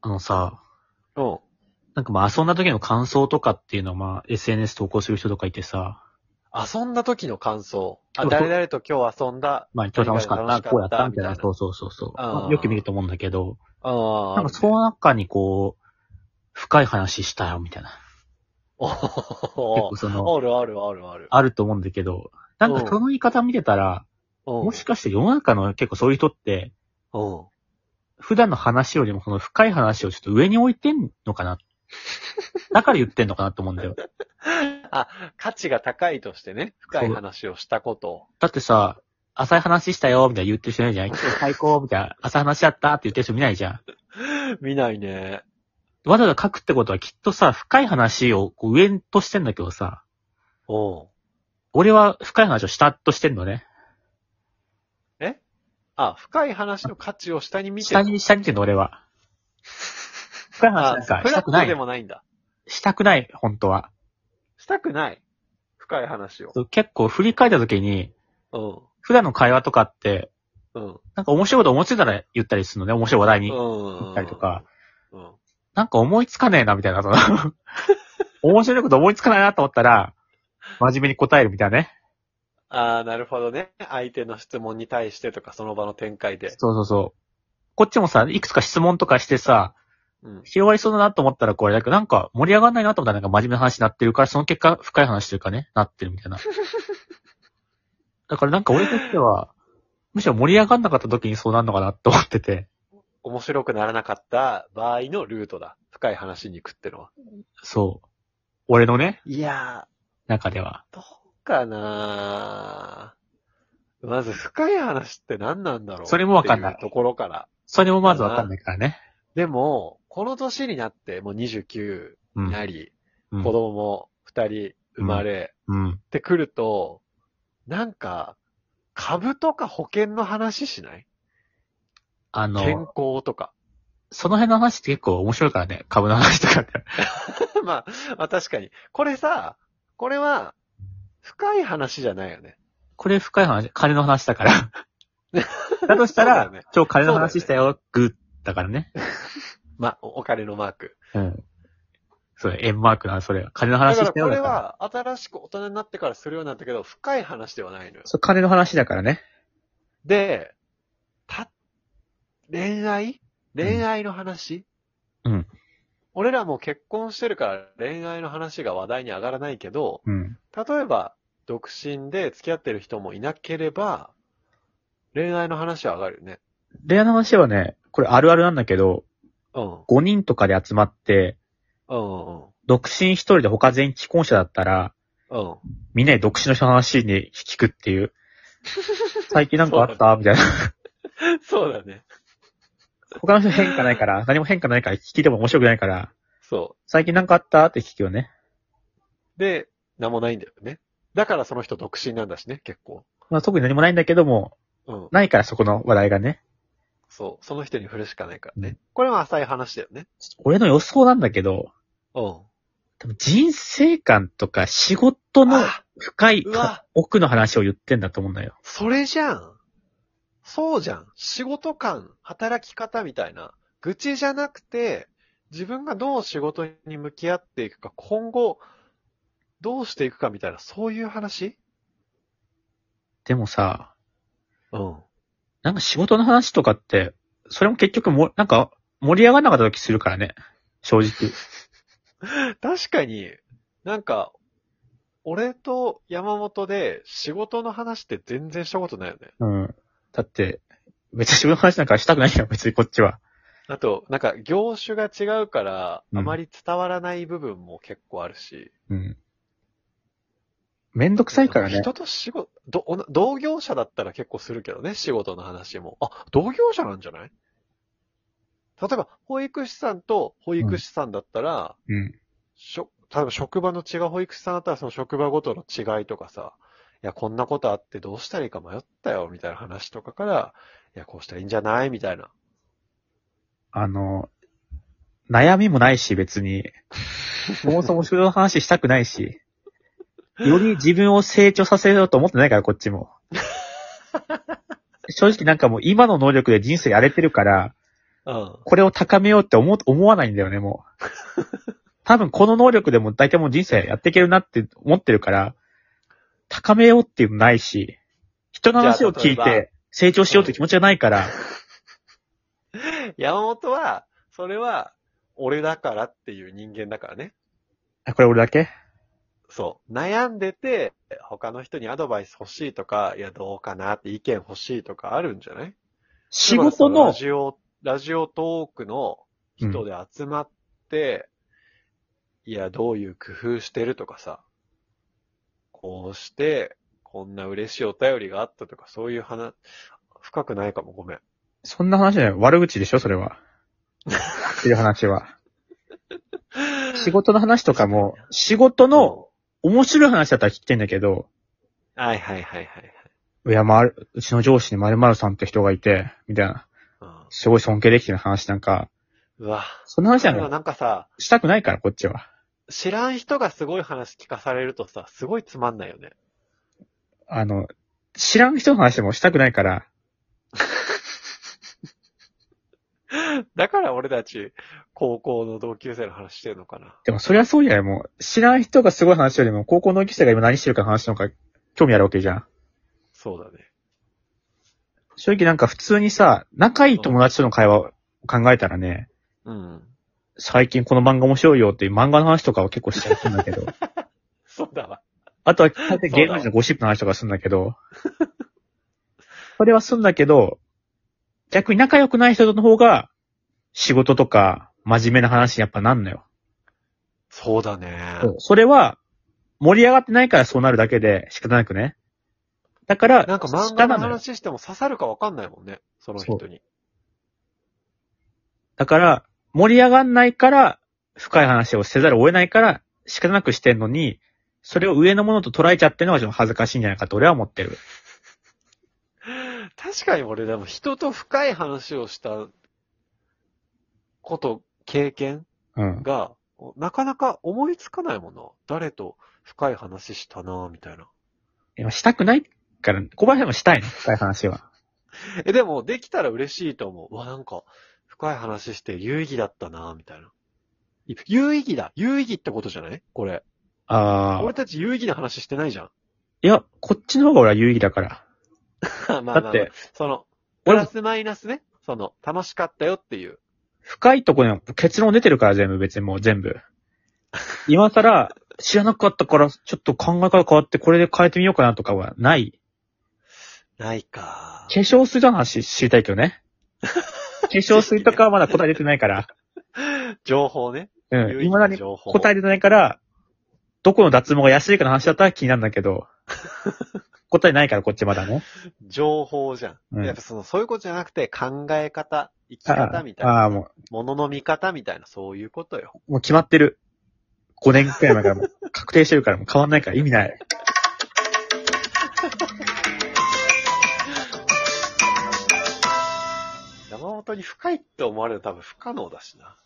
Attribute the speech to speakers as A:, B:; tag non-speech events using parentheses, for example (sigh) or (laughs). A: あのさ、
B: おう。
A: なんかまあ遊んだ時の感想とかっていうのをまあ SNS 投稿する人とかいてさ、
B: 遊んだ時の感想。あ、
A: そう
B: 誰々と今日遊んだ。
A: まあ今日楽しかった、
B: 楽しかった
A: こうやったみたいな、
B: みたいな
A: そうそうそうそう、
B: あー
A: まあよく見ると思うんだけど、
B: あ
A: なんかその中にこう、深い話したよみたいな。
B: (laughs) お
A: 結
B: お
A: 構その、
B: あるあるあるある。
A: あると思うんだけど、なんかその言い方見てたら、
B: も
A: もしかして世の中の結構そういう人って、
B: うん。
A: 普段の話よりもその深い話をちょっと上に置いてんのかな。だから言ってんのかなと思うんだよ。
B: あ、価値が高いとしてね、深い話をしたこと
A: だってさ、浅い話したよ、みたいな言ってる人いないじゃん。今日最高、みたいな。浅い話やったって言ってる人見ないじゃん。
B: を。見ないね。
A: わざわざ書くってことはきっとさ、深い話をこう上としてんだけどさ、
B: おう
A: 俺は深い話を下としてんのね。
B: えあ、深い話の価値を下に見て
A: 下に、下にってんの俺は。深い話
B: あ
A: なんか
B: フ
A: した
B: ラッ
A: く
B: ト
A: な
B: で
A: い。
B: もないんだ。
A: したくない、本当は。
B: したくない。深い話を。
A: 結構振り返った時に、
B: う
A: 普段の会話とかって、
B: ん。うん。
A: なんか面白いこと思いついたら言ったりするのね、面白い話題に
B: うん。
A: 言ったりとか、
B: うん。
A: なんか思いつかねえな、みたいな、そ
B: (laughs)
A: の面白いこと思いつかないなと思ったら、真面目に答えるみたいなね。
B: ああ、なるほどね。相手の質問に対してとか、その場の展開で。
A: そうそうそう。こっちもさ、いくつか質問とかしてさ、
B: うん。
A: 広がりそうだなと思ったらこれだけど、なんか盛り上がんないなと思ったらなんか真面目な話になってるから、その結果深い話というかね、なってるみたい
B: (laughs)
A: な。だからなんか俺としては、むしろ盛り上がんなかった時にそうなるのかなって思ってて、
B: 面白くならなかった場合のルートだ。深い話に行くってのは。
A: そう。俺のね、
B: いや
A: 中では。
B: ー、どうかなーまず深い話って何なんだろう
A: それもわかんない
B: ってうところから。
A: それもまずわかんないからね。
B: でも、この年になってもう29
A: う
B: に
A: ん。
B: なり、
A: うん
B: 子供も2人生まれ
A: うん。
B: てくると、なんか、株とか保険の話しない
A: あ
B: 健
A: の、
B: 康とか。 (laughs)
A: その辺の話って結構面白いからね。株の話とかって。
B: まあ、まあ確かに。これさ、これは、深い話じゃないよね。
A: これ深い話、金の話だ
B: (laughs)
A: から。だとしたら、
B: そうだよね
A: 今日金の話したよ、グッだからね。
B: ま、おお金のマーク。
A: うん。それ、円マークな、それ。金の
B: だ
A: 話
B: から
A: した
B: こ
A: よ。
B: れ
A: だから
B: は、新しく大人になってからするようになったけど、深い話ではないのよ。
A: そう、金の話だからね。
B: で、た、恋愛恋愛の話、
A: うん。
B: 俺らもう結婚してるから恋愛の話が話題に上がらないけど、
A: うん。
B: 例えば、独身で付き合ってる人もいなければ、恋愛の話は上がるよね。
A: レアの話はね、これあるあるなんだけど、
B: うん。
A: 5人とかで集まって、
B: うんうん (laughs)
A: 独身一人で他全員既婚者だったら、
B: うん。うん。
A: みんなで独身の人の話に聞くって
B: (laughs)
A: いう。最近なんかあったみたいな。
B: そうだね。
A: 他の人変化ないから、何も変化ないから聞いても面白くないから、
B: そ
A: 最近なんかあったって聞くよね。
B: う。で、何もないんだよね。だからその人独身なんだしね、結構。
A: まあ特に何もないんだけども、
B: うん。
A: ないからそこの話題がね。
B: そう。その人に振るしかないから
A: うん
B: ね。これも浅い話だよね。
A: 俺の予想なんだけど、
B: うん。
A: 多分人生観とか仕事の
B: あ
A: 深いう
B: わ
A: 奥の話を言ってんだと思うんだよ。
B: それじゃん。そうじゃん。仕事感、働き方みたいな。愚痴じゃなくて、自分がどう仕事に向き合っていくか、今後、どうしていくかみたいな、そういう話
A: でもさ、
B: うん。
A: なんか仕事の話とかって、それも結局も、なんか盛り上がらなかった時するからね。正直。
B: 確かに、なんか、俺と山本で仕事の話って全然したことないよね。
A: うん。だって、別に仕事の話なんかしたくないよ、別にこっちは。
B: あと、なんか業種が違うから、
A: うん
B: あまり伝わらない部分も結構あるし。
A: うん。めんどくさいからね。
B: 人と仕事、ど、おな同業者だったら結構するけどね、仕事の話も。あ、同業者なんじゃない例えば、保育士さんと保育士さんだったら、
A: うん。
B: しょ、例えば職場の違う保育士さんだったらその職場ごとの違いとかさ、いや、こんなことあってどうしたらいいか迷ったよ、みたいな話とかから、いや、こうしたらいいんじゃないみたいな。
A: あの、悩みもないし、別
B: (laughs)
A: に。そもそも仕事の話したくないし。より自分を成長させようと思ってないから、こっち
B: (laughs)
A: も。正直なんかもう今の能力で人生やれてるから、
B: うん。
A: これを高めようって思う、思わないんだよね、もう。多分この能力でも大体もう人生やっていけるなって思ってるから、高めようっていうのないし、人の話を聞い
B: じゃあ例え
A: て成長しようって気持ちがない
B: (laughs)
A: から、
B: 山本は、それは、俺だからっていう人間だからね。
A: あ、これ俺だけ
B: そう。悩んでて、他の人にアドバイス欲しいとか、いや、どうかなって意見欲しいとかあるんじゃない
A: 仕事
B: それこそラ
A: の、
B: ジオ、ラジオトークの人で集まって、いや、どういう工夫してるとかさ、こうして、こんな嬉しいお便りがあったとか、そういう話、深くないかも、ごめん。
A: そんな話じゃない。悪口でしょ、それは。っていう話は。仕事の話とかも、仕事の面白い話だったら聞きてんだけど、
B: うん、はいはいはいはいはい。
A: いや、まあ、うちの上司に〇〇さんって人がいて、みたいな、
B: うん
A: すごい尊敬できてる話なんか、
B: うわ。
A: そんな話なん
B: でも
A: か
B: なんかさ、
A: したくないから、こっちは。
B: 知らん人がすごい話聞かされるとさ、すごいつまんないよね。 (laughs)
A: あの、知らん人の話でもしたくないから、
B: だから俺たち、高校の同級生の話してんのかな。
A: でもそりゃそうじゃない、もう、知らん人がすごい話よりも、高校の同級生が今何してるかの話の方が興味あるわけじゃん。
B: そうだね。
A: 正直なんか普通にさ、仲いい友達との会話を考えたらね、
B: うん。
A: 最近この漫画面白いよっていう漫画の話とかは結構したりするんだけ
B: (laughs)
A: ど、
B: そうだわ。
A: あとは大抵芸能人のゴシップの話とかするんだけど、それはするんだけど、逆に仲良くない人の方が、仕事とか真面目な話にやっぱなんのよ。
B: そうだね。
A: そうそれは、盛り上がってないからそうなるだけで仕方なくね。だから、
B: なんか
A: 仕
B: 漫
A: 方
B: 画
A: な
B: の
A: のよ
B: 話しても刺さるかわかんないもんね。その人に。
A: だから、盛り上がんないから、深い話をせざるを得ないから、仕方なくしてんのに、それを上のものと捉えちゃってるのはちょっと恥ずかしいんじゃないかと俺は思ってる。
B: 確かに俺でも人と深い話をしたこと、経験
A: うん。
B: が、なかなか思いつかないもんな。誰と深い話したなみたいな。
A: 今したくないから、小林さんもしたいの、深い話は。
B: (laughs) え、でも、できたら嬉しいと思う。うわ、なんか、深い話して有意義だったなみたいな。い有意義だ有意義ってことじゃないこれ。
A: あ
B: 俺
A: あ。
B: たち有意義な話してないじゃん。 (laughs)
A: いや、こっちの方が俺は有意義だから。
B: まあまあ
A: だって、
B: その、プ
A: 俺
B: ラ
A: も
B: スマイナスね。その、楽しかったよっていう。
A: 深いところには結論出てるから全部、別にもう全部。今更、知らなかったから、ちょっと考え方変わって、これで変えてみようかなとかはない。
B: ないか
A: 化粧水の話知りたいけどね。化粧水とかはまだ答え出てないから。
B: 情報ね。
A: うん。
B: 有
A: 未
B: 意義
A: だ
B: な
A: に
B: 情報。
A: 答え出てないから、どこの脱毛が安いかの話だったら気になるんだけど。答えないから、こっちまだね。
B: 情報じゃん。
A: うん
B: やっぱその、そういうことじゃなくて、考え方、生き
A: あ
B: 方みたいな、
A: ああ、も
B: 物の見方みたいな、そういうことよ。
A: う、もう決まってる。5年くらい前からもう、確定してるからもう変わんないから意味ない。
B: 山本に深いって思われるの多分不可能だしな。